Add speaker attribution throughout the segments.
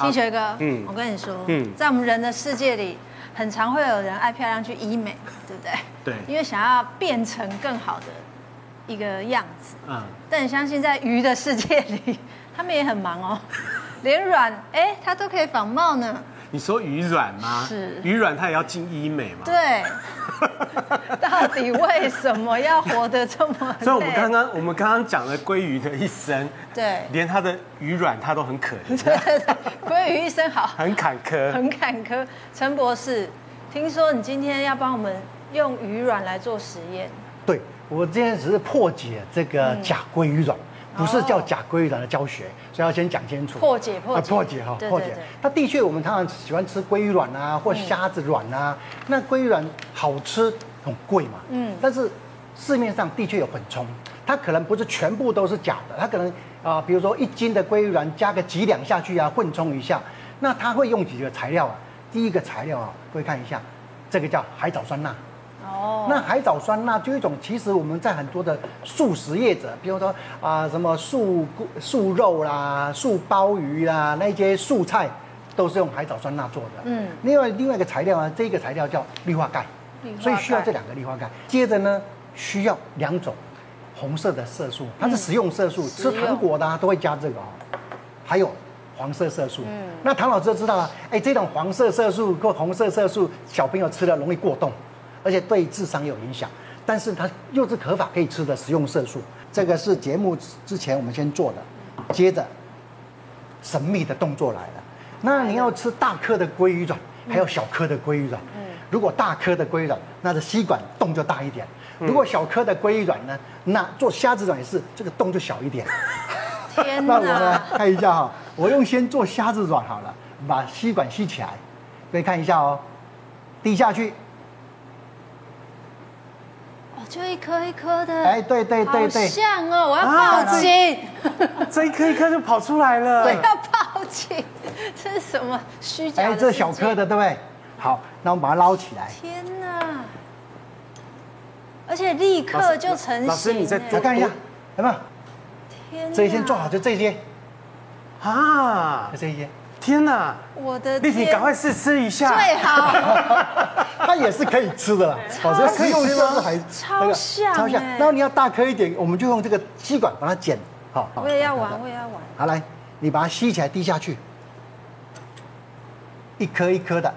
Speaker 1: 金学哥，
Speaker 2: 嗯
Speaker 1: 嗯，我跟你说，
Speaker 2: 嗯
Speaker 1: 嗯，在我们人的世界里，很常会有人爱漂亮去医美，对不对？
Speaker 3: 对
Speaker 1: 因为想要变成更好的一个样子。
Speaker 3: 嗯，
Speaker 1: 但你相信在鱼的世界里，他们也很忙哦，连软哎，它都可以仿冒呢。
Speaker 3: 你说鱼软吗？
Speaker 1: 是
Speaker 3: 鱼软它也要进医美嘛？。
Speaker 1: 对，到底为什么要活得这么累？
Speaker 3: 所以我们刚刚我们刚刚讲了鲑鱼的一生，
Speaker 1: 对
Speaker 3: 连它的鱼软它都很可怜，
Speaker 1: 对对对，鲑鱼医生好，
Speaker 3: 很坎坷。
Speaker 1: 很坎坷。陈博士，听说你今天要帮我们用鱼卵来做实验，
Speaker 4: 对我今天只是破解这个
Speaker 1: 嗯
Speaker 4: 假鲑鱼卵，不是叫假鲑鱼卵的教学，所以要先讲清楚。
Speaker 1: 哦破解破解
Speaker 4: 啊破解哈
Speaker 1: 对，对
Speaker 4: 破解
Speaker 1: 对。嗯
Speaker 4: 那的确，我们常常喜欢吃鲑鱼卵啊，或虾子卵啊。那鲑鱼卵好吃，很贵嘛。嗯
Speaker 1: 嗯。
Speaker 4: 但是市面上的确有混充，它可能不是全部都是假的，它可能啊、比如说一斤的鲑鱼卵加个几两下去啊，混充一下。那它会用几个材料啊？第一个材料啊，各位看一下，这个叫海藻酸钠。
Speaker 1: 哦，
Speaker 4: 那海藻酸钠就一种，其实我们在很多的素食业者，比如说啊、什么素菇素肉啦、素鲍鱼啦，那些素菜都是用海藻酸钠做的。
Speaker 1: 嗯
Speaker 4: 另外另外一个材料呢，这个材料叫氯化钙
Speaker 1: 氯化，钙
Speaker 4: 所以需要这两个氯化钙。接着呢，需要两种红色的色素，它是食用色素，
Speaker 1: 食
Speaker 4: 吃
Speaker 1: 用
Speaker 4: 糖果的、啊、都会加这个哦。还有黄色色素，
Speaker 1: 嗯
Speaker 4: 那唐老师就知道了，哎，这种黄色色素或红色色素，小朋友吃了容易过动，而且对智商有影响。但是它又是合法可以吃的食用色素，这个是节目之前我们先做的，接着神秘的动作来了。那你要吃大颗的鲑鱼卵，还有小颗的鲑鱼卵。如果大颗的鲑鱼卵，那这吸管洞就大一点；如果小颗的鲑鱼卵呢，那做虾子卵也是这个洞就小一点。
Speaker 1: 天
Speaker 4: 那我呢
Speaker 1: 哪，，
Speaker 4: 看一下哈、我用先做虾子卵好了，把吸管吸起来，各位看一下哦，滴下去，
Speaker 1: 哦就一颗一颗的，
Speaker 4: 哎，对对对
Speaker 1: 嗯好
Speaker 4: 对，
Speaker 1: 像哦，我要
Speaker 3: 啊
Speaker 1: 报警，
Speaker 3: 这一颗一颗就跑出来了。
Speaker 1: 我要报警， 这是什么虚假？
Speaker 4: 哎，这小颗，的对不对？好，那我们把它捞起来，
Speaker 1: 天哪！而且立
Speaker 3: 老师
Speaker 1: 刻就成型。
Speaker 3: 老师你在
Speaker 1: 哎
Speaker 4: 我看一下，有没有？
Speaker 1: 天哪
Speaker 4: 这一先做好，就这些，
Speaker 3: 啊
Speaker 4: 就！这些，
Speaker 3: 天哪！
Speaker 1: 我的
Speaker 3: 丽婷，
Speaker 1: 天
Speaker 3: 赶快试吃一下。
Speaker 1: 最好，
Speaker 4: 它也是可以吃的啦。
Speaker 1: 超
Speaker 4: 我觉得食用
Speaker 3: 可以吃
Speaker 4: 色
Speaker 3: 吗
Speaker 4: 素还
Speaker 1: 超
Speaker 4: 那个
Speaker 1: 像
Speaker 4: 超像
Speaker 1: 哎。
Speaker 4: 然后你要大颗一点，我们就用这个吸管把它剪，好。好
Speaker 1: 我也要
Speaker 4: 好好
Speaker 1: 玩，我也要玩。
Speaker 4: 好，来，你把它吸起来，滴下去，一颗一颗的，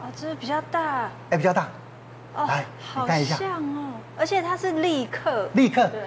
Speaker 1: 哦，这是比较大，
Speaker 4: 哎，比较大，
Speaker 1: 哦
Speaker 4: 来，
Speaker 1: 好
Speaker 4: 你看一下
Speaker 1: 像哦，而且它是立刻，
Speaker 4: 立刻，
Speaker 1: 对，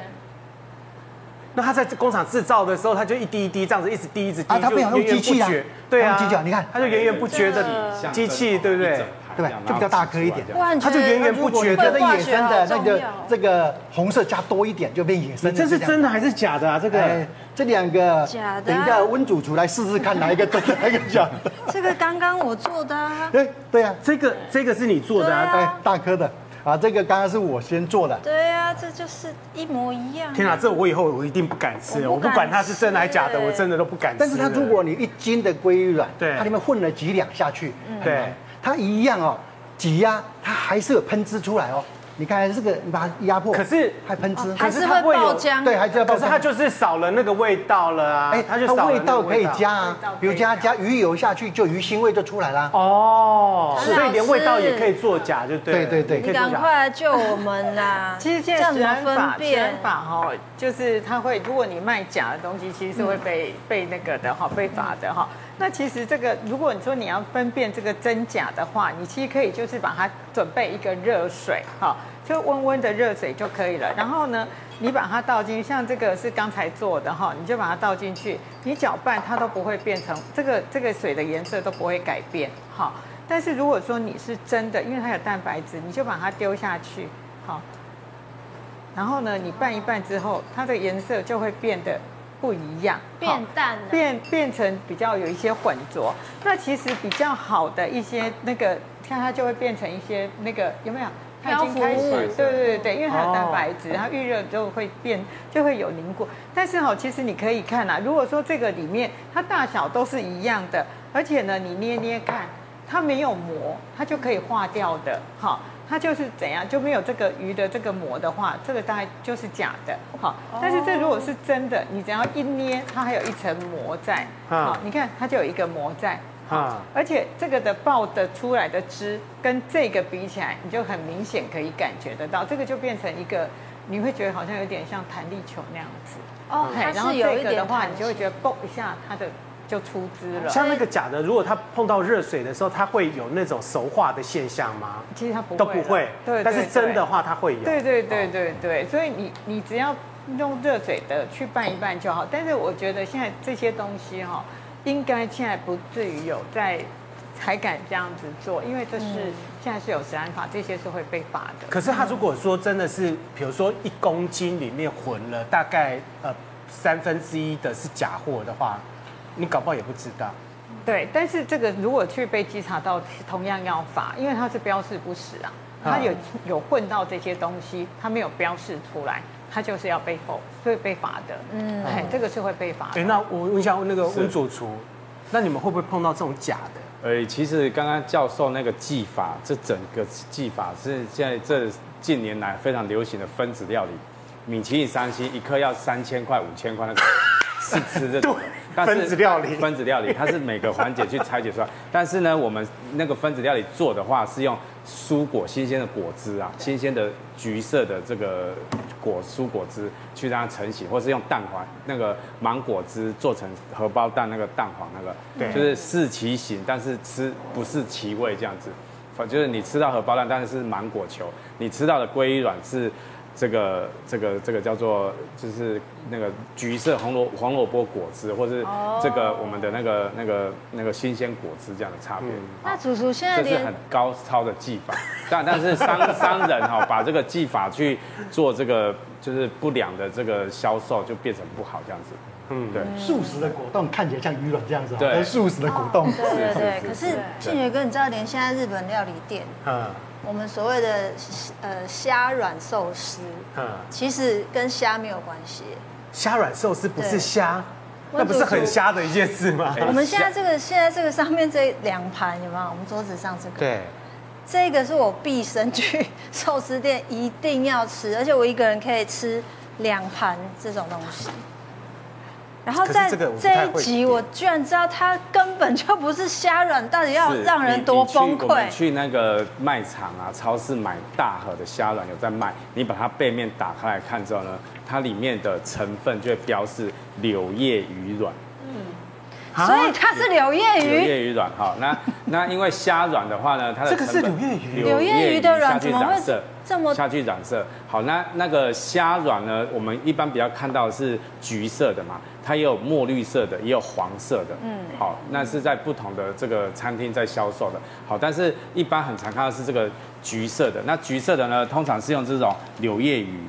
Speaker 3: 那他在工厂制造的时候，他就一滴一滴这样子，一直滴一直滴，
Speaker 4: 啊他
Speaker 3: 就
Speaker 4: 没有用
Speaker 3: 源源
Speaker 4: 机器啊
Speaker 3: 不绝对啊，
Speaker 4: 他用机器啊你看
Speaker 3: 他就源源不绝的
Speaker 1: 真
Speaker 3: 机器，对不对？
Speaker 4: 对吧就比较大颗一点
Speaker 1: 哇，你
Speaker 3: 它就源源不绝
Speaker 4: 觉
Speaker 3: 对
Speaker 4: 得野生的那
Speaker 1: 那
Speaker 4: 个
Speaker 1: 个
Speaker 4: 这个红色加多一点就变野生
Speaker 3: 你
Speaker 4: 的，
Speaker 3: 这是真
Speaker 4: 的。
Speaker 3: 的还是假的啊？这个
Speaker 4: 哎，这两个
Speaker 1: 假的啊
Speaker 4: 等一下温主厨来试试看哪一个真的，哪一个 假的。
Speaker 1: 这个刚刚我做的啊，
Speaker 4: 哎，对呀、
Speaker 3: 这个这个是你做的
Speaker 1: 对
Speaker 3: 啊
Speaker 1: 啊？
Speaker 4: 哎，大颗的啊，这个刚刚是我先做的，
Speaker 1: 对啊，这就是一模一样。
Speaker 5: 啊嗯
Speaker 3: 天哪，啊这我以后我一定不敢吃，
Speaker 1: 我
Speaker 3: 我
Speaker 1: 不敢
Speaker 3: 不管它是真的还是假的，
Speaker 1: 吃
Speaker 3: 我真的都不敢吃了。
Speaker 4: 但是它如果你一斤的鲑鱼卵，
Speaker 3: 对
Speaker 4: 它里面混了几两下去，很难
Speaker 3: 对
Speaker 4: 它一样哦，挤压它还是有喷汁出来哦。你看这个，你把它压破，
Speaker 3: 可是哦
Speaker 4: 还喷汁，
Speaker 1: 还
Speaker 3: 是
Speaker 1: 是
Speaker 3: 它
Speaker 1: 会
Speaker 3: 会有
Speaker 1: 爆浆，
Speaker 4: 对，还是要
Speaker 3: 可
Speaker 4: 爆
Speaker 3: 是它
Speaker 4: 浆。
Speaker 3: 就是少了那个味道了啊！
Speaker 4: 哎，
Speaker 3: 它
Speaker 4: 它
Speaker 3: 就少了
Speaker 4: 味
Speaker 3: 那个
Speaker 4: 道可以加
Speaker 1: 味道
Speaker 4: 啊
Speaker 1: 可以，
Speaker 4: 比如加加鱼油下去，就鱼腥味就出来啦。
Speaker 3: 哦，
Speaker 1: 是
Speaker 3: 所以连味道也可以作假，就对了
Speaker 4: 对对对
Speaker 3: 也可
Speaker 1: 你
Speaker 3: 以作
Speaker 1: 赶
Speaker 3: 假。
Speaker 1: 快救我们 啦！
Speaker 5: 其实现
Speaker 1: 啊这
Speaker 5: 在
Speaker 1: 样
Speaker 5: 食
Speaker 1: 怎么
Speaker 5: 安法，
Speaker 1: 分
Speaker 5: 食安
Speaker 1: 辨？
Speaker 5: 法哈、就是它会，如果你卖假的东西，其实是
Speaker 1: 嗯
Speaker 5: 会被、被那个的哈、被罚的哈、那其实这个，如果你说你要分辨这个真假的话，你其实可以就是把它准备一个热水哈、就温温的热水就可以了。然后呢，你把它倒进去，像这个是刚才做的哈、你就把它倒进去，你搅拌它都不会变成这个这个水的颜色都不会改变哈、但是如果说你是真的，因为它有蛋白质，你就把它丢下去好。然后呢，你拌一拌之后，它的颜色就会变得不一样，
Speaker 1: 变淡
Speaker 5: 好
Speaker 1: 了
Speaker 5: 变变成比较有一些混浊。那其实比较好的一些那个，看它就会变成一些那个有没有？它已
Speaker 1: 漂
Speaker 5: 经
Speaker 1: 浮
Speaker 5: 开始
Speaker 1: 物，
Speaker 5: 对对对对，因为它有蛋
Speaker 3: 哦
Speaker 5: 白质，它预热之后会变，就会有凝固。但是哈、其实你可以看啊，如果说这个里面它大小都是一样的，而且呢，你捏捏看，它没有膜，它就可以化掉的。好，它就是怎样就没有这个鱼的这个膜的话，这个大概就是假的，好。但是这如果是真的，你只要一捏，它还有一层膜在，
Speaker 3: 啊
Speaker 5: 好，你看它就有一个膜在。
Speaker 3: 啊，
Speaker 5: 而且这个的爆的出来的汁跟这个比起来，你就很明显可以感觉得到，这个就变成一个，你会觉得好像有点像弹力球那样子。
Speaker 1: 哦，
Speaker 5: 嘿
Speaker 1: 它
Speaker 5: 然后
Speaker 1: 是有一
Speaker 5: 这个
Speaker 1: 点
Speaker 5: 的话，
Speaker 1: 弹
Speaker 5: 你就会
Speaker 1: 性
Speaker 5: 觉得嘣一下，它的就出汁了。
Speaker 3: 像那个假的，如果它碰到热水的时候，它会有那种熟化的现象吗？
Speaker 5: 其实它不会
Speaker 3: 都不会
Speaker 5: 了，对，
Speaker 3: 但是
Speaker 5: 对
Speaker 3: 真的话它会有。哦
Speaker 5: 对对
Speaker 3: 嗯
Speaker 5: 对对对，所以你你只要用热水的去拌一拌就好。但是我觉得现在这些东西哈、应该现在不至于有在才敢这样子做，因为这是、现在是有治安法，这些是会被罚的。
Speaker 3: 可是它如果说真的是，比如说一公斤里面混了大概呃三分之一的是假货的话，你搞不好也不知道。
Speaker 5: 对，但是这个如果去被稽查到，同样要罚，因为它是标示不实啊，
Speaker 3: 啊
Speaker 5: 它有有混到这些东西，它没有标示出来，它就是要被扣，所以被罚的。嗯，哎，这个是会被罚
Speaker 3: 哎、
Speaker 5: 的。
Speaker 3: 那我问一下那个
Speaker 2: 啊是
Speaker 3: 温主厨，那你们会不会碰到这种假的？
Speaker 2: 呃，其实刚刚教授那个技法，这整个技法是现在这近年来非常流行的分子料理，米其林三星一克要三千块、五千块那个，是吃这种
Speaker 3: 对。
Speaker 2: 但是
Speaker 3: 分子料理
Speaker 2: 分子料理它是每个环节去拆解 出来。但是呢，我们那个分子料理做的话是用蔬果新鲜的果汁啊，新鲜的橘色的这个果蔬果汁去让它成型，或是用蛋黄那个芒果汁做成荷包蛋那个蛋黄那个，
Speaker 3: 对
Speaker 2: 就是是其形，但是吃不是其味这样子。反就是你吃到荷包蛋，但是是芒果球；你吃到的鲑鱼卵是这个这个这个叫做就是那个橘色红萝红萝卜果汁，或是这个
Speaker 1: 哦
Speaker 2: 我们的那个那个那个新鲜果汁这样的差别。
Speaker 1: 那祖祖现在
Speaker 2: 这是
Speaker 1: 连
Speaker 2: 很高超的技法，但但是商商人哈、把这个技法去做这个就是不良的这个销售，就变成不好这样子。嗯，对。
Speaker 4: 素食的果冻看起来像鱼卵这样子，
Speaker 2: 对
Speaker 4: 跟素食的果冻。
Speaker 1: 对对对，
Speaker 2: 是
Speaker 1: 可
Speaker 2: 是
Speaker 1: 是庆元哥，你知道，连现在日本料理店，
Speaker 3: 嗯
Speaker 1: 我们所谓的呃虾软寿司，
Speaker 3: 嗯，
Speaker 1: 其实跟虾没有关系。
Speaker 3: 虾软寿司不是
Speaker 1: 对
Speaker 3: 虾，那
Speaker 1: 温
Speaker 3: 不
Speaker 1: 主
Speaker 3: 是很
Speaker 1: 厨
Speaker 3: 虾的一件事吗？
Speaker 2: 哎
Speaker 1: 我们现在这个现在这个上面这两盘有没有？我们桌子上这个，，
Speaker 3: 对，
Speaker 1: 这个是我毕生去寿司店一定要吃，而 且我一个人可以吃两盘这种东西。然后
Speaker 3: 可是
Speaker 1: 在
Speaker 3: 这个我不太
Speaker 1: 这
Speaker 3: 会
Speaker 1: 一集，
Speaker 3: 点
Speaker 1: 我居然知道它根本就不是虾软，到底要
Speaker 2: 是
Speaker 1: 让人
Speaker 2: 你
Speaker 1: 多
Speaker 2: 你去
Speaker 1: 崩
Speaker 2: 我们
Speaker 1: 溃？
Speaker 2: 去那个卖场啊、超市买大盒的虾卵有在卖，你把它背面打开来看之后呢，它里面的成分就会标示柳叶鱼卵。
Speaker 1: 所以它是柳叶
Speaker 2: 啊柳
Speaker 1: 鱼，
Speaker 2: 叶鱼卵，好， 那那因为虾卵的话呢，它的
Speaker 3: 这个是
Speaker 2: 成
Speaker 3: 柳
Speaker 2: 本
Speaker 3: 叶鱼
Speaker 1: 柳叶鱼的卵
Speaker 2: 下去
Speaker 1: 怎么会
Speaker 2: 染色
Speaker 1: 这么
Speaker 2: 下去染色？好，那那个虾卵呢，我们一般比较看到的是橘色的嘛，它也有墨绿色的，也有黄色的，嗯，好，那是在不同的这个餐厅在销售的，好，但是一般很常看到是这个橘色的，那橘色的呢，通常是用这种柳叶鱼，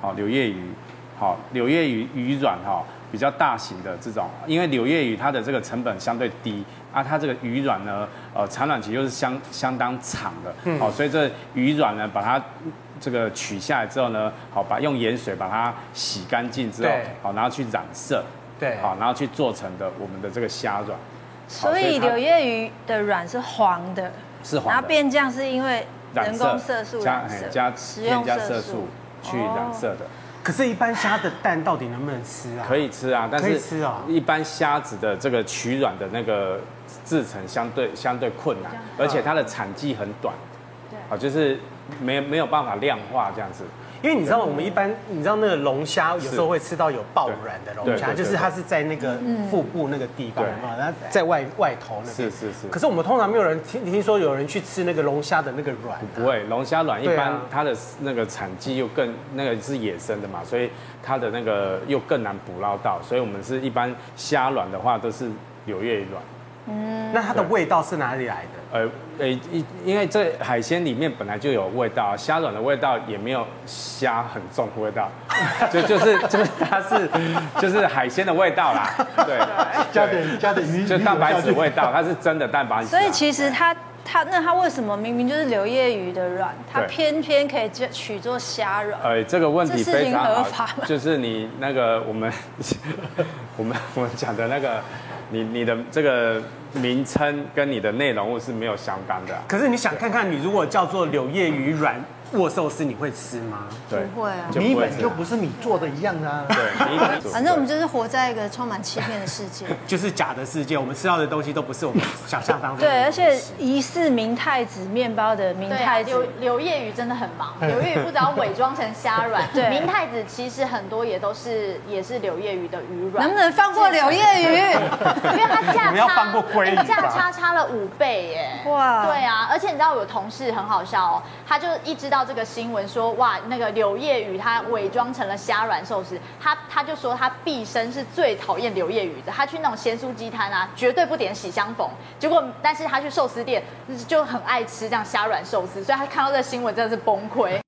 Speaker 2: 好，柳叶鱼，好，柳叶鱼鱼卵哈、比较大型的这种，因为柳叶鱼它的这个成本相对低啊，它这个鱼卵呢，呃，产卵期又是相相当长的，
Speaker 3: 嗯
Speaker 2: 好、所以这鱼卵呢，把它这个取下来之后呢，好，把用盐水把它洗干净之后
Speaker 3: 对，
Speaker 2: 好，然后去染色，
Speaker 3: 对
Speaker 2: 好，然后去做成的我们的这个虾卵
Speaker 1: 所以柳叶鱼的卵是黄的，
Speaker 2: 是黄的
Speaker 1: 然后变酱是因为
Speaker 2: 染
Speaker 1: 人工色素
Speaker 2: 加
Speaker 1: 染
Speaker 2: 哎
Speaker 1: 色、
Speaker 2: 加
Speaker 1: 食
Speaker 2: 添
Speaker 1: 用
Speaker 2: 加
Speaker 1: 色
Speaker 2: 色
Speaker 1: 素哦
Speaker 2: 素。去染色的。
Speaker 3: 可是，一般虾的蛋到底能不能吃啊？
Speaker 2: 可以吃啊，但
Speaker 3: 可以
Speaker 2: 是
Speaker 3: 吃哦
Speaker 2: 一般虾子的这个取卵的那个制成相对相对困难，而且它的产季很短，啊，就是没没有办法量化这样子。
Speaker 3: 因为你知道我们一般，你知道那个龙虾有时候会吃到有爆卵的龙虾，
Speaker 2: 对对对
Speaker 3: 就是它是在那个腹部那个地方
Speaker 2: 对
Speaker 3: 嘛，然后在外外头那边。
Speaker 2: 是是是
Speaker 3: 可是我们通常没有人听听说有人去吃那个龙虾的那个卵啊。
Speaker 2: 不会，龙虾卵一
Speaker 3: 对啊
Speaker 2: 般它的那个产季又更那个是野生的嘛，所以它的那个又更难捕捞到，所以我们是一般虾卵的话都是柳叶卵。
Speaker 3: 那它的味道是哪里来的？
Speaker 2: 呃，呃，因因为这海鲜里面本来就有味道啊，虾卵的味道也没有虾很重的味道，就就是就是它是就是海鲜的味道啦，对，
Speaker 4: 加点加点鱼，
Speaker 2: 就
Speaker 4: 鱼
Speaker 2: 蛋白
Speaker 4: 下
Speaker 2: 质
Speaker 4: 去
Speaker 2: 味道，它是真的蛋白质啊、
Speaker 1: 所以其实它它那它为什么明明就是柳叶鱼的卵，它
Speaker 2: 对
Speaker 1: 偏偏可以叫取做虾卵？
Speaker 2: 呃，这个问题非常
Speaker 1: 这事情合法
Speaker 2: 好
Speaker 1: 吗，
Speaker 2: 就是你那个我们我们我们讲的那个，你你的这个名称跟你的内容物是没有相干的啊、
Speaker 3: 可是你想看看，你如果叫做柳叶鱼软握寿司，你会吃吗？
Speaker 2: 对，
Speaker 1: 不会啊
Speaker 2: 就
Speaker 4: 米
Speaker 2: 不会
Speaker 4: 粉
Speaker 2: 是
Speaker 4: 就不是米做的一样的啊。
Speaker 2: 对，你一定
Speaker 1: 反正我们就是活在一个充满欺骗的世 界。
Speaker 3: 就是假的世界，我们吃到的东西都不是我们想象当中的东西。
Speaker 1: 对，而且疑似明太子面包的明
Speaker 6: 对啊，
Speaker 1: 太
Speaker 6: 刘
Speaker 1: 子，
Speaker 6: 刘叶宇真的很忙，刘叶宇不知道伪装成虾软，
Speaker 1: 对
Speaker 6: 明太子其实很多也都是也是刘叶宇的鱼软，
Speaker 1: 能不能放过柳叶
Speaker 6: 因为它价差，
Speaker 3: 你们要放过鲑鱼吧
Speaker 6: 哎价差差了五倍耶！
Speaker 1: 哇
Speaker 6: 哇，对啊，而且你知道有同事很好笑哦，他就一知道这个新闻说，哇，那个柳叶鱼他伪装成了虾软寿司，他他就说他毕生是最讨厌柳叶鱼的，他去那种咸酥鸡摊啊，绝对不点喜相逢，结果但是他去寿司店就很爱吃这样虾软寿司，所以他看到这个新闻真的是崩溃。